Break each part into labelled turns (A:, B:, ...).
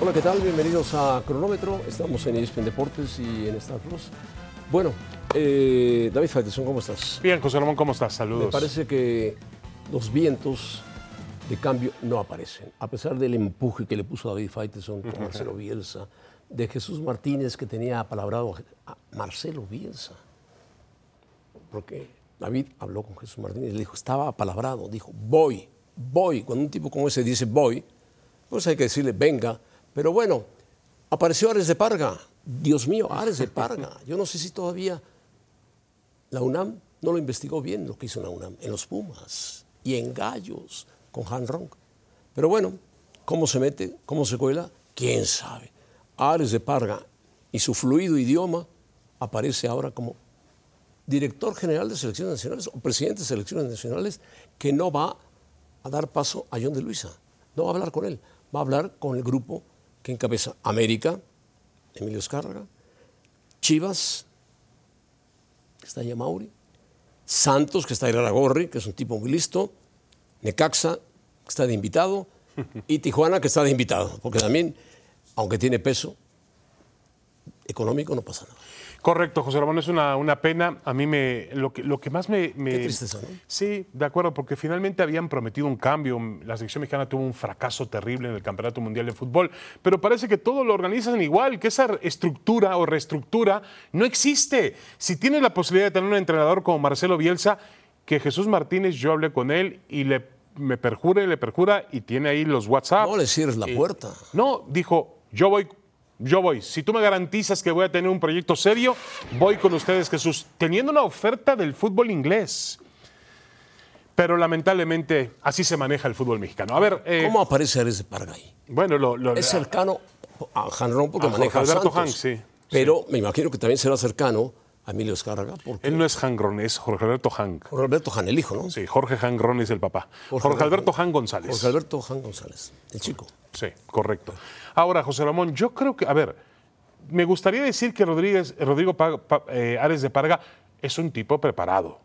A: Hola, ¿qué tal? Bienvenidos a Cronómetro. Estamos en E ESPN Deportes y en Star Plus. Bueno, eh, David Faiteson, ¿cómo estás?
B: Bien, José Ramón, ¿cómo estás? Saludos.
A: Me parece que los vientos de cambio no aparecen. A pesar del empuje que le puso David Faiteson con Marcelo Bielsa, de Jesús Martínez que tenía apalabrado a Marcelo Bielsa. Porque David habló con Jesús Martínez y le dijo, estaba apalabrado, dijo, voy, voy. Cuando un tipo como ese dice voy, pues hay que decirle venga. Pero bueno, apareció Ares de Parga. Dios mío, Ares de Parga. Yo no sé si todavía la UNAM no lo investigó bien lo que hizo la UNAM en los Pumas y en Gallos con Han Ronk. Pero bueno, ¿cómo se mete? ¿Cómo se cuela? ¿Quién sabe? Ares de Parga y su fluido idioma aparece ahora como director general de selecciones nacionales o presidente de selecciones nacionales que no va a dar paso a John de Luisa. No va a hablar con él, va a hablar con el grupo que encabeza América, Emilio Escárraga, Chivas, que está allá Mauri, Santos, que está ahí Gorri, que es un tipo muy listo, Necaxa, que está de invitado, y Tijuana, que está de invitado, porque también, aunque tiene peso económico, no pasa nada.
B: Correcto, José Ramón, es una, una pena. A mí me, lo, que, lo que más me... me-
A: Qué tristeza, ¿no?
B: Sí, de acuerdo, porque finalmente habían prometido un cambio. La selección mexicana tuvo un fracaso terrible en el Campeonato Mundial de Fútbol, pero parece que todo lo organizan igual, que esa estructura o reestructura no existe. Si tienes la posibilidad de tener un entrenador como Marcelo Bielsa, que Jesús Martínez, yo hablé con él y le, me perjura y le perjura y tiene ahí los WhatsApp.
A: No le cierres la puerta.
B: No, dijo, yo voy, yo voy. Si tú me garantizas que voy a tener un proyecto serio, voy con ustedes, Jesús. Teniendo una oferta del fútbol inglés. Pero lamentablemente así se maneja el fútbol mexicano. A ver, eh,
A: ¿Cómo aparece Ares de Parga ahí?
B: bueno, lo, lo-
A: Es cercano a Hanrón porque
B: A Jorge
A: maneja a
B: Alberto
A: Santos.
B: Han, sí,
A: Pero me imagino que también será cercano a Emilio Escárraga porque
B: él no es Hangron, es Jorge Alberto Hang.
A: por Alberto Han, el hijo, ¿no?
B: Sí, Jorge Hangron es el papá. Jorge, Alberto Han González.
A: Jorge Alberto Han González, el chico.
B: Sí, correcto. Ahora, José Ramón, yo creo que, a ver, me gustaría decir que Rodríguez, Rodrigo Pa- Pa- eh, Ares de Parga es un tipo preparado.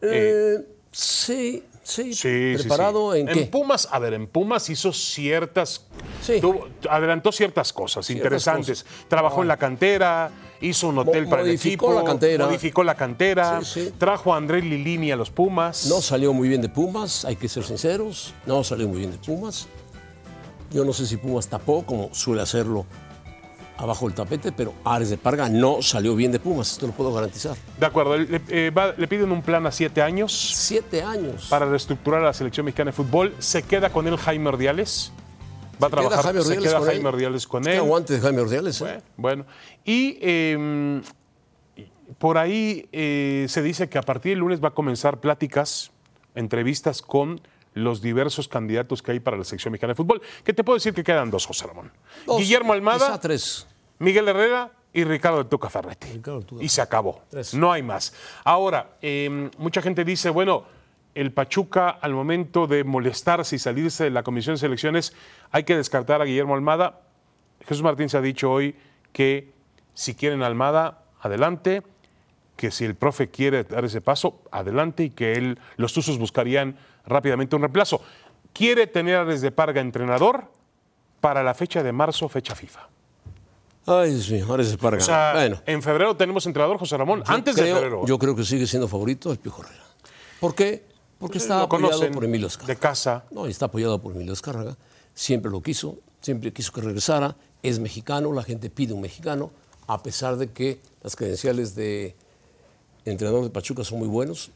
A: Eh, sí, sí,
B: Sí, sí,
A: ¿Preparado
B: sí.
A: en qué?
B: Pumas, a ver, en Pumas hizo ciertas.
A: Sí.
B: tuvo- adelantó ciertas cosas interesantes. Trabajó en la cantera, hizo un hotel para el
A: Ah. modificó
B: equipo.
A: la cantera.
B: Modificó la cantera.
A: Sí, sí.
B: Trajo a Andrés Lilini a los Pumas.
A: No salió muy bien de Pumas, hay que ser sinceros. No salió muy bien de Pumas. Yo no sé si Pumas tapó, como suele hacerlo abajo del tapete, pero Ares de Parga no salió bien de Pumas, esto lo puedo garantizar.
B: De acuerdo, le, eh, va- le piden un plan a siete años.
A: Siete años.
B: para reestructurar a la selección mexicana de fútbol. Se queda con él Jaime Ordiales. Va a trabajar,
A: Jaime
B: se
A: Ordiales
B: queda
A: con
B: Jaime
A: él.
B: Ordiales con
A: Qué
B: él.
A: aguante de Jaime Ordiales. ¿eh?
B: Bueno, y eh, por ahí eh, se dice que a partir del lunes va a comenzar pláticas, entrevistas con los diversos candidatos que hay para la selección mexicana de fútbol. Que te puedo decir que quedan dos, José Ramón.
A: Dos,
B: Guillermo Almada,
A: Quizá tres.
B: Miguel Herrera y Ricardo del Tuca Ferretti.
A: Ricardo del Tuca.
B: Y se acabó.
A: Tres.
B: No hay más. Ahora, eh, mucha gente dice, bueno, el Pachuca al momento de molestarse y salirse de la comisión de selecciones, hay que descartar a Guillermo Almada. Jesús Martín se ha dicho hoy que si quieren a Almada, adelante, que si el profe quiere dar ese paso, adelante y que él, los Tuzos buscarían rápidamente un reemplazo. Quiere tener a Ares de Parga entrenador para la fecha de marzo, fecha FIFA.
A: Ay, Dios mío, Ares de Parga.
B: O sea,
A: Ah, bueno,
B: en febrero tenemos entrenador José Ramón, antes
A: creo,
B: de febrero. ¿eh?
A: Yo creo que sigue siendo favorito el Piojo Herrera. ¿Por qué? Porque está
B: Lo
A: apoyado
B: conocen,
A: por Emilio Escárraga.
B: De casa.
A: No, y está apoyado por Emilio Escárraga. Siempre lo quiso, siempre quiso que regresara. Es mexicano, la gente pide un mexicano, a pesar de que las credenciales de entrenador de Pachuca son muy buenos.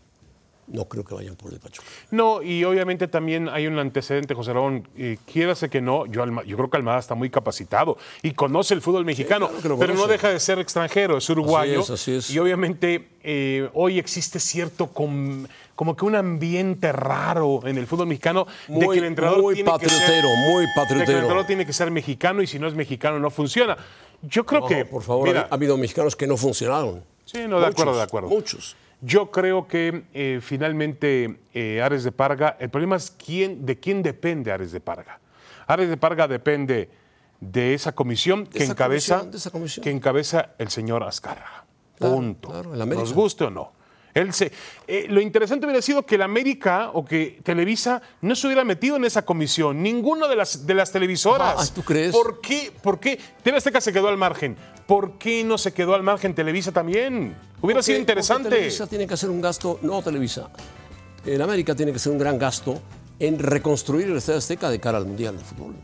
A: No creo que vayan por el de Pachuca.
B: No, y obviamente también hay un antecedente, José Ramón, eh, quiérase que no, yo, Alma- yo creo que Almada está muy capacitado y conoce el fútbol mexicano,
A: claro que lo
B: pero no
A: conoce.
B: deja de ser extranjero, es uruguayo.
A: es, así es.
B: Y obviamente eh, hoy existe cierto com- como que un ambiente raro en el fútbol mexicano de
A: Muy-
B: que el entrenador
A: muy
B: tiene que ser-
A: patriotero, muy
B: de que el
A: patriotero.
B: entrenador tiene que ser mexicano y si no es mexicano no funciona. Yo creo
A: No,
B: que
A: por favor,
B: mira,
A: ha habido mexicanos que no funcionaron.
B: Sí, no, de acuerdo, de acuerdo.
A: Muchos.
B: Yo creo que eh, finalmente eh, Ares de Parga, el problema es quién, de quién depende Ares de Parga. Ares de Parga depende de esa comisión, que,
A: esa
B: encabeza,
A: comisión, de esa comisión.
B: que encabeza el señor Azcárraga.
A: Claro,
B: Punto.
A: claro, el América.
B: Nos guste o no. Él se, eh, lo interesante hubiera sido que la América o que Televisa no se hubiera metido en esa comisión, ninguna de las, de las televisoras.
A: Ah, ¿tú crees?
B: ¿Por qué? ¿Por qué? TV Azteca se quedó al margen. ¿Por qué no se quedó al margen Televisa también? Hubiera sido
A: Porque-
B: interesante.
A: porque Televisa tiene que hacer un gasto, no Televisa. En América tiene que hacer un gran gasto en reconstruir el Estadio Azteca de cara al Mundial de Fútbol.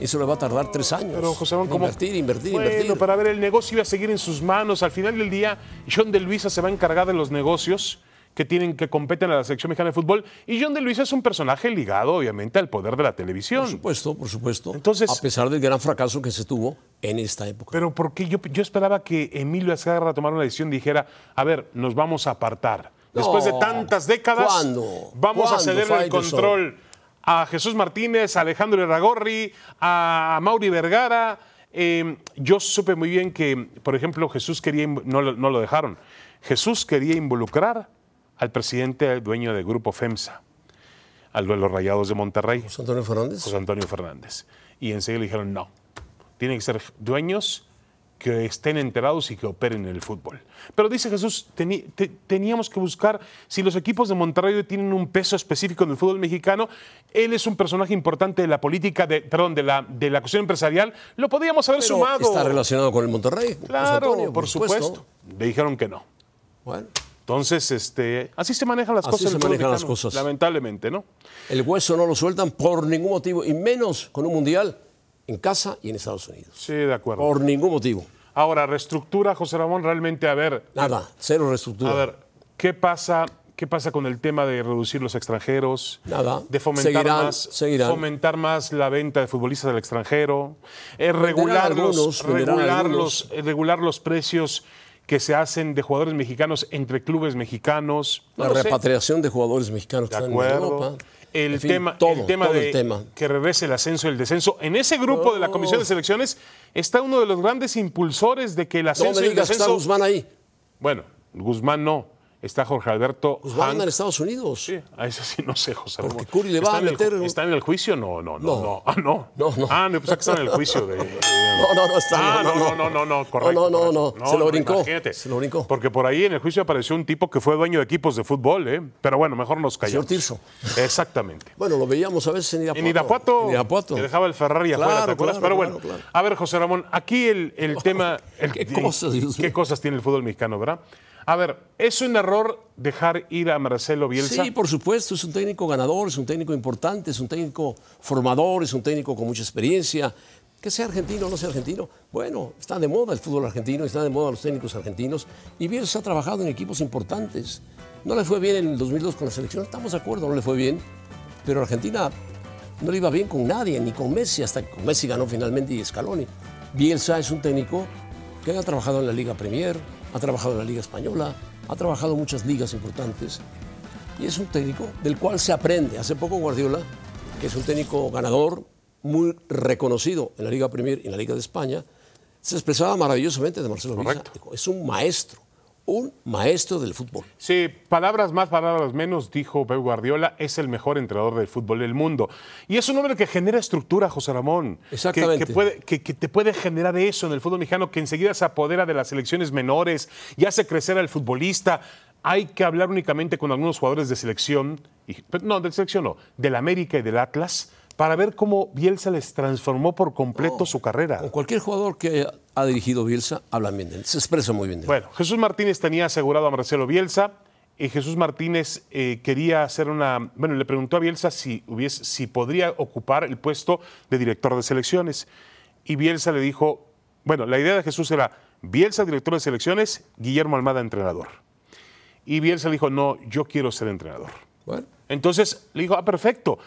A: Eso le va a tardar tres años.
B: Pero José Ramón, ¿cómo?
A: invertir, invertir,
B: Bueno,
A: invertir.
B: para ver el negocio iba a seguir en sus manos. Al final del día, John de Luisa se va a encargar de los negocios que tienen que competen a la sección mexicana de fútbol. Y John de Luisa es un personaje ligado, obviamente, al poder de la
A: Por
B: televisión.
A: supuesto, por supuesto.
B: Entonces-
A: a pesar del gran fracaso que se tuvo en esta época.
B: Pero porque yo, yo esperaba que Emilio Azcárraga tomara una decisión y dijera, a ver, nos vamos a apartar. Después de
A: No.
B: tantas décadas,
A: ¿Cuándo?
B: vamos a
A: ¿Cuándo,
B: ceder el
A: Faitelson?
B: control a Jesús Martínez, a Alejandro Iragorri, a Mauri Vergara. Eh, yo supe muy bien que, por ejemplo, Jesús quería, inv- no, lo- no lo dejaron, Jesús quería involucrar al presidente al dueño del grupo FEMSA, al de los Rayados de Monterrey.
A: José Antonio Fernández.
B: José Antonio Fernández. Y enseguida le dijeron, no, tienen que ser dueños que estén enterados y que operen en el fútbol. Pero dice Jesús, teni- te- teníamos que buscar, si los equipos de Monterrey hoy tienen un peso específico en el fútbol mexicano, él es un personaje importante de la política, de, perdón, de la, de la cuestión empresarial, lo podíamos haber
A: Pero
B: sumado.
A: está relacionado con el Monterrey. José
B: claro,
A: Antonio,
B: por supuesto. Le dijeron que no.
A: Bueno,
B: Entonces, este, así se manejan las
A: Así
B: cosas. en
A: se
B: el fútbol
A: manejan las
B: mexicano,
A: cosas.
B: Lamentablemente, ¿no?
A: el hueso no lo sueltan por ningún motivo, y menos con un Mundial en casa y en Estados Unidos.
B: Sí, de acuerdo.
A: Por ningún motivo.
B: Ahora, reestructura, José Ramón, realmente, a ver,
A: Nada, cero reestructura.
B: A ver, ¿qué pasa, ¿qué pasa con el tema de reducir los extranjeros?
A: Nada.
B: De fomentar,
A: Seguirán,
B: más,
A: seguirán.
B: fomentar más la venta de futbolistas del extranjero. eh, regular, los,
A: algunos, venderán
B: regular,
A: algunos.
B: los, eh, regular los precios que se hacen de jugadores mexicanos entre clubes mexicanos. No
A: La
B: lo sé.
A: repatriación de jugadores mexicanos que
B: De
A: están en
B: acuerdo.
A: Europa.
B: El,
A: En fin,
B: tema,
A: todo,
B: el tema
A: todo
B: de
A: el tema. Oh.
B: que regrese el ascenso y el descenso. En ese grupo de la Comisión de Selecciones está uno de los grandes impulsores de que el
A: No
B: ascenso
A: me
B: y el
A: digas que está
B: descenso
A: Guzmán ahí.
B: bueno, Guzmán no. Está Jorge Alberto
A: Guzmán anda
B: Hank.
A: en Pues Estados Unidos.
B: Sí, a eso sí no sé, José
A: Porque
B: Ramón.
A: Curi le va
B: ¿Está
A: a
B: en el ju-
A: meter-
B: ¿Está en el juicio? No, no, no.
A: No.
B: no. Ah, no.
A: No, no.
B: Ah, no, pues que está en el juicio. De,
A: No, no, no está.
B: Ah, no, no, no, no, no,
A: No,
B: correcto.
A: no, no,
B: correcto.
A: no, Se lo brincó.
B: imagínate.
A: Se lo brincó.
B: Porque por ahí en el juicio apareció un tipo que fue dueño de equipos de fútbol, ¿eh? Pero bueno, mejor nos callamos.
A: Tirso.
B: Exactamente.
A: Bueno, lo veíamos a veces en Irapuato.
B: En Irapuato,
A: En Irapuato.
B: que dejaba el Ferrari afuera, ¿te
A: Claro,
B: acuerdas?
A: claro,
B: Pero bueno,
A: claro, claro.
B: a ver, José Ramón, aquí el, el tema... el-
A: Qué cosas, Dios
B: qué
A: mío.
B: cosas tiene el fútbol mexicano, ¿verdad? A ver, ¿es un error dejar ir a Marcelo Bielsa?
A: Sí, por supuesto, es un técnico ganador, es un técnico importante, es un técnico formador, es un técnico con mucha experiencia. Que sea argentino o no sea argentino, bueno, está de moda el fútbol argentino, está de moda los técnicos argentinos y Bielsa ha trabajado en equipos importantes. No le fue bien en el 2002 con la selección, estamos de acuerdo, no le fue bien, pero Argentina no le iba bien con nadie, ni con Messi, hasta que con Messi ganó finalmente y Scaloni. Bielsa es un técnico que ha trabajado en la Liga Premier, ha trabajado en la Liga Española, ha trabajado en muchas ligas importantes y es un técnico del cual se aprende. Hace poco Guardiola, que es un técnico ganador, muy reconocido en la Liga Premier y en la Liga de España, se expresaba maravillosamente de Marcelo Bielsa.
B: Correcto.
A: Dijo, Es un maestro, un maestro del fútbol.
B: Sí, palabras más, palabras menos, dijo Pep Guardiola, es el mejor entrenador del fútbol del mundo. Y es un hombre que genera estructura, José Ramón. Que- Que,
A: Exactamente.
B: puede- que- que te puede generar eso en el fútbol mexicano, que enseguida se apodera de las selecciones menores y hace crecer al futbolista. Hay que hablar únicamente con algunos jugadores de selección, y- pues, no, de selección no, del América y del Atlas, para ver cómo Bielsa les transformó por completo su carrera.
A: Con cualquier jugador que ha dirigido Bielsa, hablan bien de él, se expresa muy bien de él.
B: Bueno, Jesús Martínez tenía asegurado a Marcelo Bielsa y Jesús Martínez eh, quería hacer una. Bueno, le preguntó a Bielsa si, hubiese, si podría ocupar el puesto de director de selecciones. Y Bielsa le dijo: Bueno, la idea de Jesús era Bielsa, director de selecciones, Guillermo Almada, entrenador. Y Bielsa le dijo: No, yo quiero ser entrenador.
A: Bueno,
B: Entonces le dijo, ah, perfecto.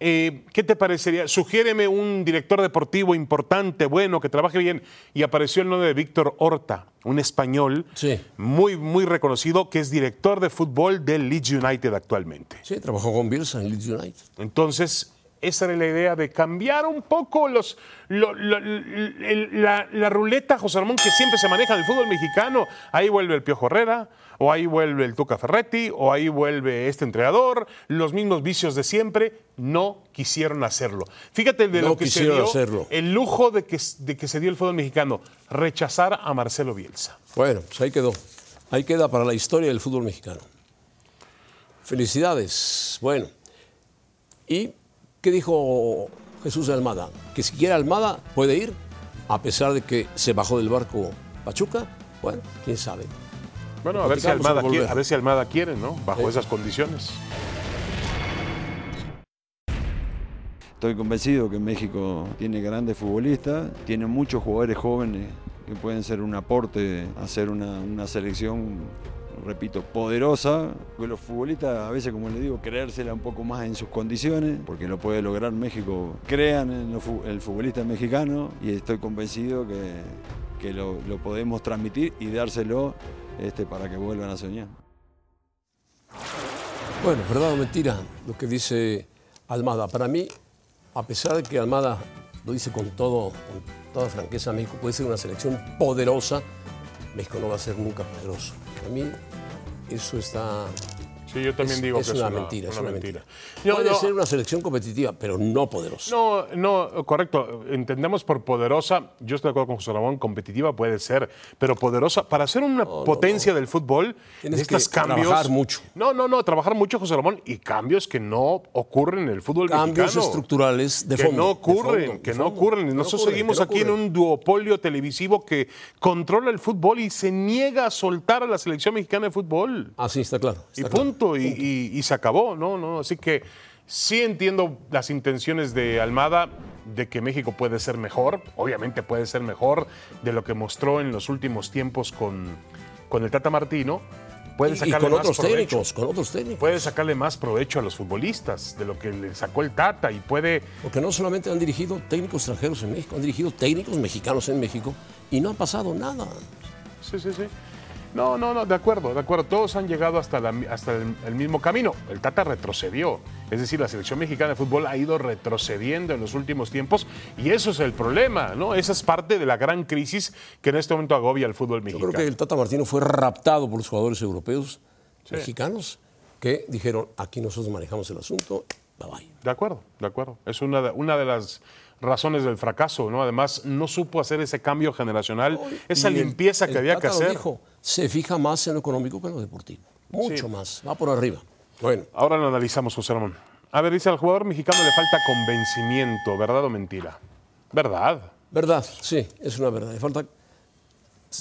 B: Eh, ¿Qué te parecería? Sugiéreme un director deportivo importante, bueno, que trabaje bien. Y apareció el nombre de Víctor Horta, un español
A: Sí.
B: muy, muy reconocido, que es director de fútbol del Leeds United actualmente.
A: sí, trabajó con Bielsa en Leeds United.
B: Entonces, esa era la idea de cambiar un poco los, lo- lo- el- la, la ruleta, José Ramón, que siempre se maneja en el fútbol mexicano. Ahí vuelve el Piojo Herrera, o ahí vuelve el Tuca Ferretti, o ahí vuelve este entrenador, los mismos vicios de siempre. No quisieron hacerlo. Fíjate de
A: No
B: lo que se
A: quisieron
B: dio,
A: hacerlo.
B: el lujo de que, de que se dio el fútbol mexicano, rechazar a Marcelo Bielsa.
A: Bueno, pues ahí quedó. Ahí queda para la historia del fútbol mexicano. Felicidades. Bueno. ¿Y qué dijo Jesús Almada? Que si quiere Almada puede ir, a pesar de que se bajó del barco Pachuca. Bueno, quién sabe.
B: Bueno, a ver, si
A: Platicamos al
B: Almada quiere,
A: volver.
B: a ver si Almada quiere, ¿no? Bajo esas condiciones.
C: Estoy convencido que México tiene grandes futbolistas, tiene muchos jugadores jóvenes que pueden ser un aporte, hacer una, una selección, repito, poderosa. Que los futbolistas, a veces, como les digo, creérsela un poco más en sus condiciones, porque lo puede lograr México. Crean en los fu- el futbolista mexicano y estoy convencido que, que lo, lo podemos transmitir y dárselo este, para que vuelvan a soñar.
A: Bueno, verdad o mentira, lo que dice Almada. Para mí, a pesar de que Almada lo dice con, todo, con toda franqueza, México puede ser una selección poderosa, México no va a ser nunca poderoso. Para mí, eso está.
B: Sí, yo también
A: es-
B: digo
A: es
B: que
A: una mentira, es una mentira.
B: No,
A: puede
B: no.
A: ser una selección competitiva, pero no poderosa.
B: No, no, correcto. Entendemos por poderosa, yo estoy de acuerdo con José Ramón, competitiva puede ser, pero poderosa, para ser una potencia del fútbol,
A: Tienes
B: necesitas
A: que
B: cambios.
A: trabajar mucho.
B: No, no, no, trabajar mucho, José Ramón, y cambios que no ocurren en el fútbol
A: Cambios
B: mexicano.
A: estructurales de
B: que
A: fondo.
B: no
A: de
B: ocurren,
A: fondo, de
B: que no
A: fondo.
B: ocurren.
A: Que no
B: Nosotros
A: ocurren,
B: seguimos
A: que no
B: aquí en
A: ocurren.
B: un duopolio televisivo que controla el fútbol y se niega a soltar a la selección mexicana de fútbol.
A: Así Ah, está claro.
B: Y
A: está claro.
B: punto, y, y- y se acabó, ¿no? no Así que sí entiendo las intenciones de Almada de que México puede ser mejor, obviamente puede ser mejor de lo que mostró en los últimos tiempos con, con el Tata Martino. Puede
A: Y, y
B: sacarle
A: con
B: más
A: otros
B: provecho
A: técnicos, con otros técnicos.
B: puede sacarle más provecho a los futbolistas de lo que le sacó el Tata y puede...
A: Porque no solamente han dirigido técnicos extranjeros en México, han dirigido técnicos mexicanos en México y no ha pasado nada.
B: Sí, sí, sí. No, no, no, de acuerdo, de acuerdo. Todos han llegado hasta, la- hasta el, el mismo camino. El Tata retrocedió. Es decir, la selección mexicana de fútbol ha ido retrocediendo en los últimos tiempos y eso es el problema, ¿no? Esa es parte de la gran crisis que en este momento agobia al fútbol
A: Yo
B: mexicano.
A: creo que el Tata Martino fue raptado por los jugadores europeos, mexicanos, que dijeron, aquí nosotros manejamos el asunto, bye bye.
B: De acuerdo, de acuerdo. Es una de, una de las razones del fracaso, ¿no? Además, no supo hacer ese cambio generacional, esa
A: Y el-
B: limpieza que
A: el
B: había que
A: Tata lo
B: hacer.
A: dijo, se fija más en lo económico que en lo deportivo. Mucho más, va por arriba. Bueno,
B: Ahora lo analizamos, José Ramón. A ver, dice al jugador mexicano le falta convencimiento, ¿verdad o mentira? ¿Verdad?
A: verdad, sí, es una verdad. Le falta,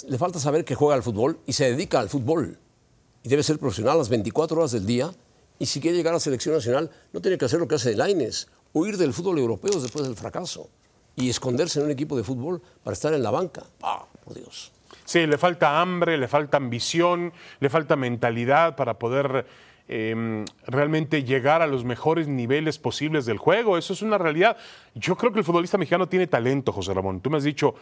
A: le falta saber que juega al fútbol y se dedica al fútbol. Y debe ser profesional las 24 horas del día. Y si quiere llegar a la selección nacional, no tiene que hacer lo que hace Laines, huir del fútbol europeo después del fracaso y esconderse en un equipo de fútbol para estar en la banca. Ah, por Dios.
B: Sí, le falta hambre, le falta ambición, le falta mentalidad para poder eh, realmente llegar a los mejores niveles posibles del juego. Eso es una realidad. Yo creo que el futbolista mexicano tiene talento, José Ramón. Tú me has dicho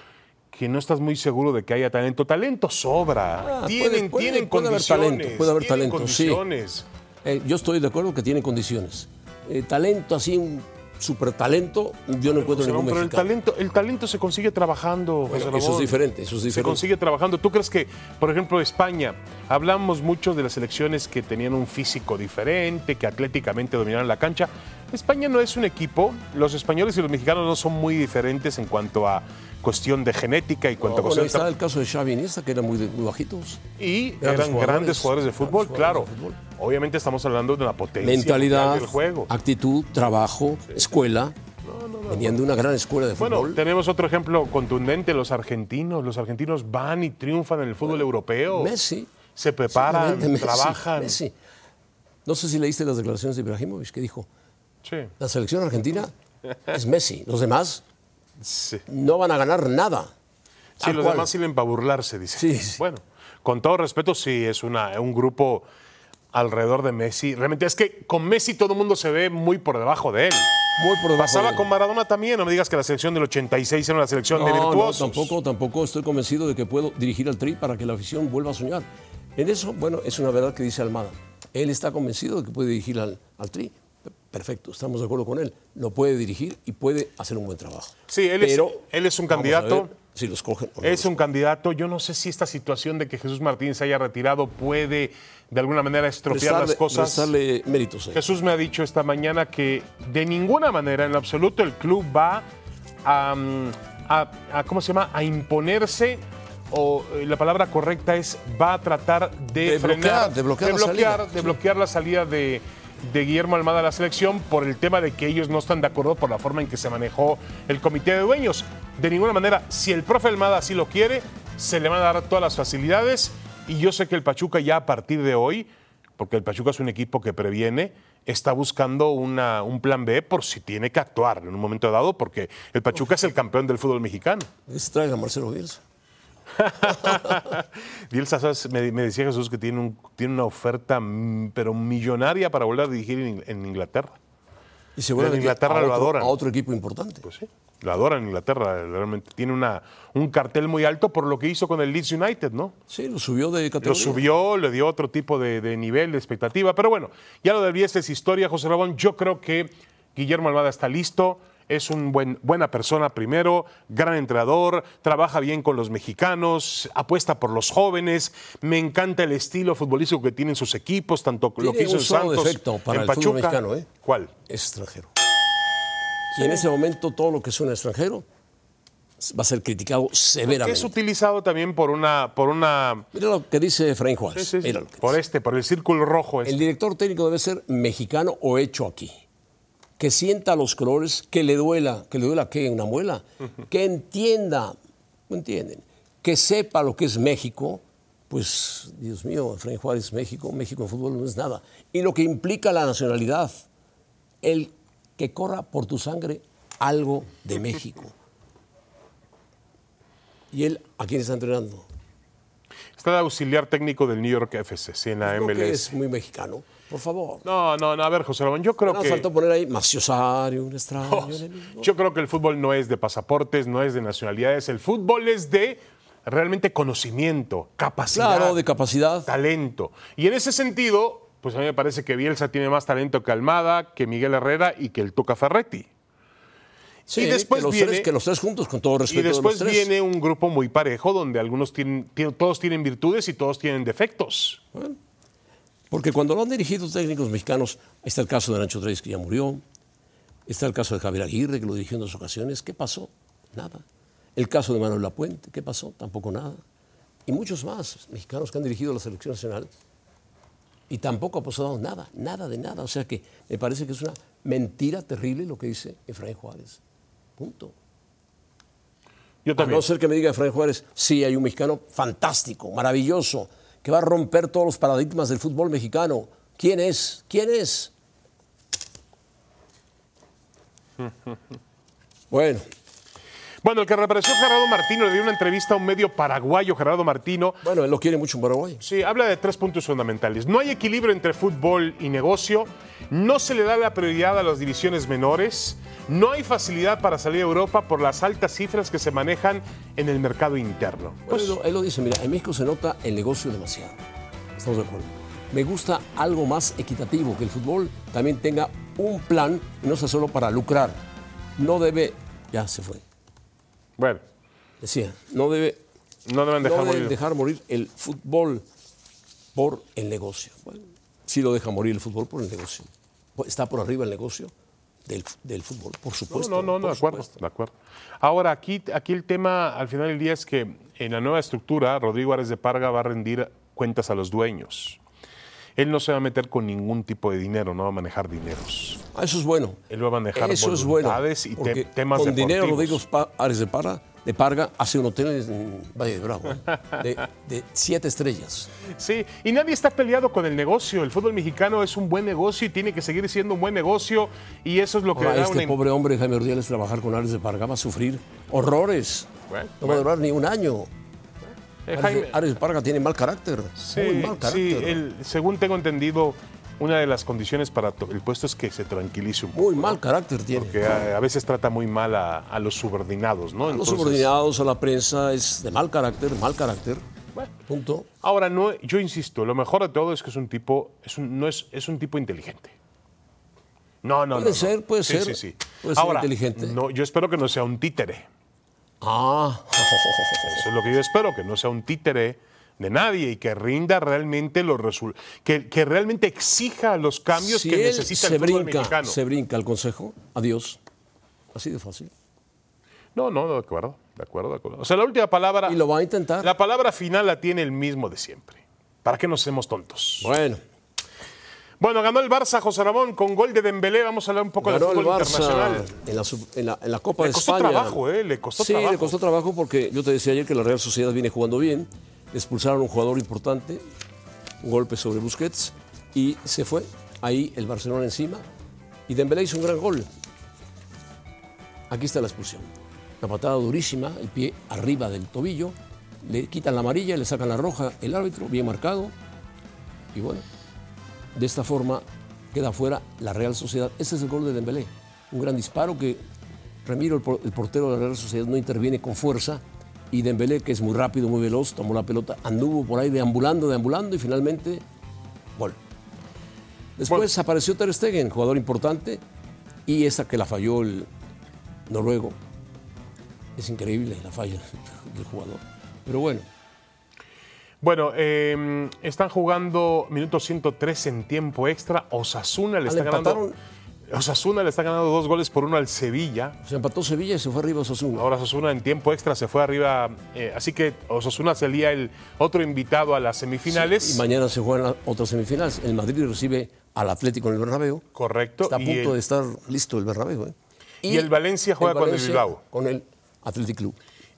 B: que no estás muy seguro de que haya talento. Talento sobra.
A: Ah, puede-
B: tienen
A: puede-
B: tienen
A: puede haber
B: condiciones.
A: talento, puede haber
B: tienen
A: talento, sí.
B: condiciones.
A: Eh, yo estoy de acuerdo que tiene condiciones. Eh, talento, así un super talento, yo no encuentro
B: José Ramón,
A: ningún
B: pero el
A: Pues mexicano.
B: talento, el talento se consigue trabajando. José
A: eso es
B: Ramón.
A: diferente, eso es
B: Se
A: diferente.
B: consigue trabajando. ¿Tú crees que, por ejemplo, España, hablamos mucho de las selecciones que tenían un físico diferente, que atléticamente dominaban la cancha? España no es un equipo, los españoles y los mexicanos no son muy diferentes en cuanto a cuestión de genética y cuanto a
A: No, bueno,
B: cuestión
A: ahí está
B: de...
A: el caso de Xavi y Iniesta, que eran muy, de- muy bajitos.
B: Y
A: grandes
B: eran
A: jugadores,
B: grandes jugadores de
A: grandes
B: fútbol,
A: jugadores de
B: claro.
A: fútbol.
B: Obviamente estamos hablando de una potencia mundial
A: Mentalidad,
B: del juego.
A: actitud, trabajo, escuela. Venían de una gran escuela de
B: Bueno,
A: fútbol.
B: tenemos otro ejemplo contundente, los argentinos. Los argentinos van y triunfan en el fútbol europeo.
A: Messi.
B: Se preparan,
A: Simplemente Messi,
B: trabajan.
A: Messi. No sé si leíste las declaraciones de Ibrahimovic, que dijo,
B: Sí.
A: la selección argentina es Messi, los demás
B: Sí.
A: no van a ganar nada.
B: Sí,
A: Tal
B: los
A: cual.
B: demás sirven para burlarse, dice.
A: Ah, Sí, sí.
B: Bueno, con todo respeto, sí, es una, un grupo alrededor de Messi. Realmente es que con Messi todo el mundo se ve muy por debajo de él.
A: Muy por debajo de
B: Pasaba
A: él.
B: con Maradona también, no me digas que la selección del 86 era una selección de
A: No, no,
B: virtuosos.
A: tampoco, tampoco estoy convencido de que puedo dirigir al Tri para que la afición vuelva a soñar. En eso, bueno, es una verdad que dice Almada. Él está convencido de que puede dirigir al, al Tri. Perfecto, estamos de acuerdo con él. Lo puede dirigir y puede hacer un buen trabajo.
B: Sí, él es-
A: Pero
B: él es un
A: vamos a
B: candidato.
A: ver Si los cogen. o no
B: Es un candidato. Yo no sé si esta situación de que Jesús Martín se haya retirado puede de alguna manera
A: los-
B: estropear las
A: Restarle-
B: cosas.
A: restarle méritos. eh.
B: Jesús me ha dicho esta mañana que de ninguna manera, en lo absoluto, el club va a, mm, a- a- ¿cómo se llama? a imponerse o eh, la palabra correcta es va a tratar de,
D: De
B: frenar,
D: bloquear, de bloquear la
B: bloquear,
D: salida.
B: de bloquear la salida de, de Guillermo Almada a la selección por el tema de que ellos no están de acuerdo por la forma en que se manejó el comité de dueños. De ninguna manera, si el profe Almada así lo quiere, se le van a dar todas las facilidades y yo sé que el Pachuca ya a partir de hoy, porque el Pachuca es un equipo que previene, está buscando una, un plan B por si tiene que actuar en un momento dado, porque el Pachuca es el campeón del fútbol mexicano.
A: Extraen a Marcelo Bielsa.
B: Bielsa, ¿sabes? Me, me decía Jesús que tiene, un- tiene una oferta, mm, pero millonaria, para volver a dirigir en, en Inglaterra.
A: Y seguramente
B: Inglaterra
A: a
B: lo
A: otro,
B: adoran.
A: a otro equipo importante.
B: Pues sí, la adora en Inglaterra, realmente. Tiene una, un cartel muy alto por lo que hizo con el Leeds United, ¿no?
A: Sí, lo subió de categoría.
B: Lo subió, le dio otro tipo de, de nivel, de expectativa. Pero bueno, ya lo del Bielsa es historia, José Rabón. Yo creo que Guillermo Almada está listo. Es un buen, buena persona primero, gran entrenador, trabaja bien con los mexicanos, apuesta por los jóvenes. Me encanta el estilo futbolístico que tienen sus equipos, tanto lo
A: Tiene
B: que hizo
A: un
B: en
A: solo
B: Santos,
A: defecto para
B: en
A: el
B: Pachuca.
A: fútbol mexicano, ¿eh?
B: ¿Cuál?
A: Es extranjero. Y en ese momento todo lo que suena extranjero va a ser criticado
B: Que es
A: severamente.
B: utilizado también por una, por una,
A: Mira lo que dice Efraín Juárez.
B: Sí, sí, sí.
A: Mira lo que
B: por
A: dice.
B: este, por el círculo rojo. este.
A: El director técnico debe ser mexicano o hecho aquí. Que sienta los colores, que le duela, que le duela que una muela, que entienda, ¿me entienden? Que sepa lo que es México, pues, Dios mío, Efraín Juárez, México, México en fútbol no es nada. Y lo que implica la nacionalidad, el que corra por tu sangre algo de México. ¿Y él a quién está entrenando?
B: Está de auxiliar técnico del New York FC, sí, en la
A: Creo que
B: MLS.
A: es muy mexicano, por favor.
B: No, no, no, a ver, José Ramón, yo creo
A: No,
B: que. Oh,
A: faltó poner ahí Macio Sario, un extraño. enemigo.
B: Yo creo que el fútbol no es de pasaportes, no es de nacionalidades. El fútbol es de realmente conocimiento, capacidad.
A: Claro, de capacidad.
B: Talento. Y en ese sentido, pues a mí me parece que Bielsa tiene más talento que Almada, que Miguel Herrera y que el Tuca Ferretti.
A: Sí,
B: y después
A: que los,
B: viene-
A: tres, que los tres juntos, con todo respeto.
B: Y
A: de los
B: después
A: tres.
B: viene un grupo muy parejo donde algunos tienen, tienen- todos tienen virtudes y todos tienen defectos.
A: Porque cuando lo han dirigido técnicos mexicanos, ahí está el caso de Nacho Treyes, que ya murió. Está el caso de Javier Aguirre, que lo dirigió en dos ocasiones. ¿Qué pasó? Nada. El caso de Manuel Lapuente, ¿qué pasó? Tampoco nada. Y muchos más mexicanos que han dirigido la selección nacional y tampoco ha pasado nada, nada de nada. O sea que me parece que es una mentira terrible lo que dice Efraín Juárez. Punto.
B: Yo
A: A
B: también.
A: Ah, no ser que me diga Fran Juárez, sí, hay un mexicano fantástico, maravilloso, que va a romper todos los paradigmas del fútbol mexicano. ¿Quién es? ¿Quién es? Bueno,
B: Bueno, el que reapareció Gerardo Martino le dio una entrevista a un medio paraguayo, Gerardo Martino,
A: bueno, él lo quiere mucho en Paraguay.
B: Sí, habla de tres puntos fundamentales. No hay equilibrio entre fútbol y negocio, no se le da la prioridad a las divisiones menores, no hay facilidad para salir a Europa por las altas cifras que se manejan en el mercado interno.
A: Bueno,
B: Pues,
A: él, lo, él lo dice, mira, en México se nota el negocio demasiado. Estamos de acuerdo. Me gusta algo más equitativo, que el fútbol también tenga un plan y no sea solo para lucrar. No debe, ya se fue,
B: Bueno,
A: decía, no debe
B: no deben dejar
A: no deben
B: morir.
A: dejar morir el fútbol por el negocio. Bueno, sí lo deja morir el fútbol por el negocio. Pues Está por arriba el negocio del, fu- del fútbol, por supuesto.
B: No, no, no, no,
A: por
B: de acuerdo,
A: supuesto.
B: de acuerdo. Ahora, aquí, aquí el tema al final del día es que en la nueva estructura, Rodrigo Ares de Parga va a rendir cuentas a los dueños. Él no se va a meter con ningún tipo de dinero, no va a manejar dineros.
A: Ah, eso es bueno.
B: Él va a manejar
A: Eso es bueno.
B: voluntades y te-
A: porque
B: temas
A: con dinero Rodrigo
B: deportivos.
A: Pa- Ares de Parga, de Parga hace un hotel en Valle de Bravo ¿eh? de, de siete estrellas.
B: Sí, y nadie está peleado con el negocio. El fútbol mexicano es un buen negocio y tiene que seguir siendo un buen negocio y eso es lo que
A: Ahora,
B: da
A: este
B: una...
A: pobre hombre, Jaime Ordiales, trabajar con Ares de Parga va a sufrir horrores.
B: Bueno,
A: no va a durar ni un año.
B: Eh,
A: Ares,
B: Jaime,
A: de- Ares de Parga tiene mal carácter.
B: sí,
A: muy mal
B: sí,
A: carácter.
B: el- según tengo entendido, una de las condiciones para to- el puesto es que se tranquilice un poco.
A: Muy mal carácter tiene.
B: Que a, a veces trata muy mal a, a los subordinados, ¿no?
A: A los
B: Entonces,
A: subordinados, a la prensa, es de mal carácter, mal carácter. Punto.
B: Ahora, no, yo insisto, lo mejor de todo es que es un tipo, es un, no es, es un tipo inteligente. No, no, no,
A: Puede
B: no.
A: ser, puede
B: Sí,
A: ser.
B: Sí, sí.
A: Puede ser
B: Ahora,
A: inteligente.
B: No, yo espero que no sea un títere.
A: Ah,
B: Eso es lo que yo espero, que no sea un títere de nadie y que rinda realmente los resultados, que, que realmente exija los cambios
A: si
B: que
A: él
B: necesita
A: se
B: el fútbol
A: brinca,
B: mexicano.
A: se brinca el consejo, adiós. Así de fácil.
B: No, no, no, de acuerdo. ¿De acuerdo? ¿De acuerdo? O sea, la última palabra.
A: Y lo va a intentar.
B: Ah. La palabra final la tiene el mismo de siempre. ¿Para qué nos hacemos tontos?
A: Bueno.
B: Bueno, ganó el Barça José Ramón con gol de Dembélé. Vamos a hablar un poco
A: Ganó
B: de
A: el
B: fútbol
A: Barça
B: internacional.
A: en la, sub- en la- en la Copa
B: Le
A: de
B: costó
A: España.
B: trabajo, ¿eh? Le costó
A: sí,
B: trabajo.
A: le costó trabajo porque yo te decía ayer que la Real Sociedad viene jugando bien. Expulsaron a un jugador importante, un golpe sobre Busquets y se fue. Ahí el Barcelona encima. Y Dembélé hizo un gran gol. Aquí está la expulsión. Una patada durísima, el pie arriba del tobillo. Le quitan la amarilla, le sacan la roja el árbitro, bien marcado. Y bueno, de esta forma queda fuera la Real Sociedad. Ese es el gol de Dembélé. Un gran disparo que Ramiro, el, por- el portero de la Real Sociedad, no interviene con fuerza. Y Dembélé, que es muy rápido, muy veloz, tomó la pelota, anduvo por ahí deambulando, deambulando y finalmente gol. Después apareció Ter Stegen, jugador importante, y esa que la falló el noruego. Es increíble la falla del jugador. Pero bueno,
B: Bueno, eh, están jugando minuto 103 en tiempo extra. Osasuna le
A: Ah,
B: está
A: le
B: ganando. Osasuna le está ganando dos goles por uno al Sevilla.
A: se empató Sevilla y se fue arriba Osasuna.
B: Ahora Osasuna en tiempo extra se fue arriba. eh, así que Osasuna salía el otro invitado a las semifinales.
A: Y mañana se juegan las otras semifinales. El Madrid recibe al Atlético en el Bernabéu.
B: Correcto.
A: Está a
B: Y
A: punto
B: el-
A: de estar listo el Bernabéu. ¿eh?
B: Y el Valencia juega con el Bilbao.
A: Con el Athletic Club.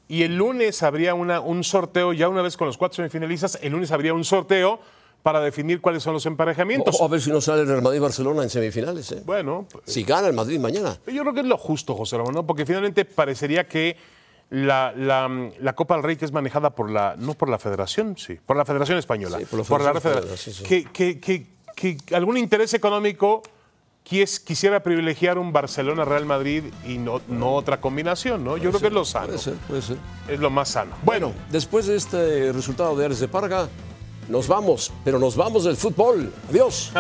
B: Y el lunes habría una- un sorteo, ya una vez con los cuatro semifinalistas, el lunes habría un sorteo para definir cuáles son los emparejamientos.
A: O- o a ver si no sale el Real Madrid-Barcelona en semifinales. ¿eh?
B: Bueno, pues,
A: Si gana el Madrid mañana.
B: yo creo que es lo justo, José Ramón, ¿no? porque finalmente parecería que la, la, mm, la Copa del Rey que es manejada por la, no por la Federación, sí, por la Federación Española.
A: Sí, por la
B: la
A: Federación
B: Federa-
A: Española, sí, sí.
B: Que, que- que- que algún interés económico quies- quisiera privilegiar un Barcelona-Real Madrid y no, no otra combinación, ¿no? Yo creo que es lo sano,
A: Puede ser, puede ser.
B: es lo más sano.
A: Pues, Bueno, después de este resultado de Ares de Parga, nos vamos, pero nos vamos del fútbol. Adiós.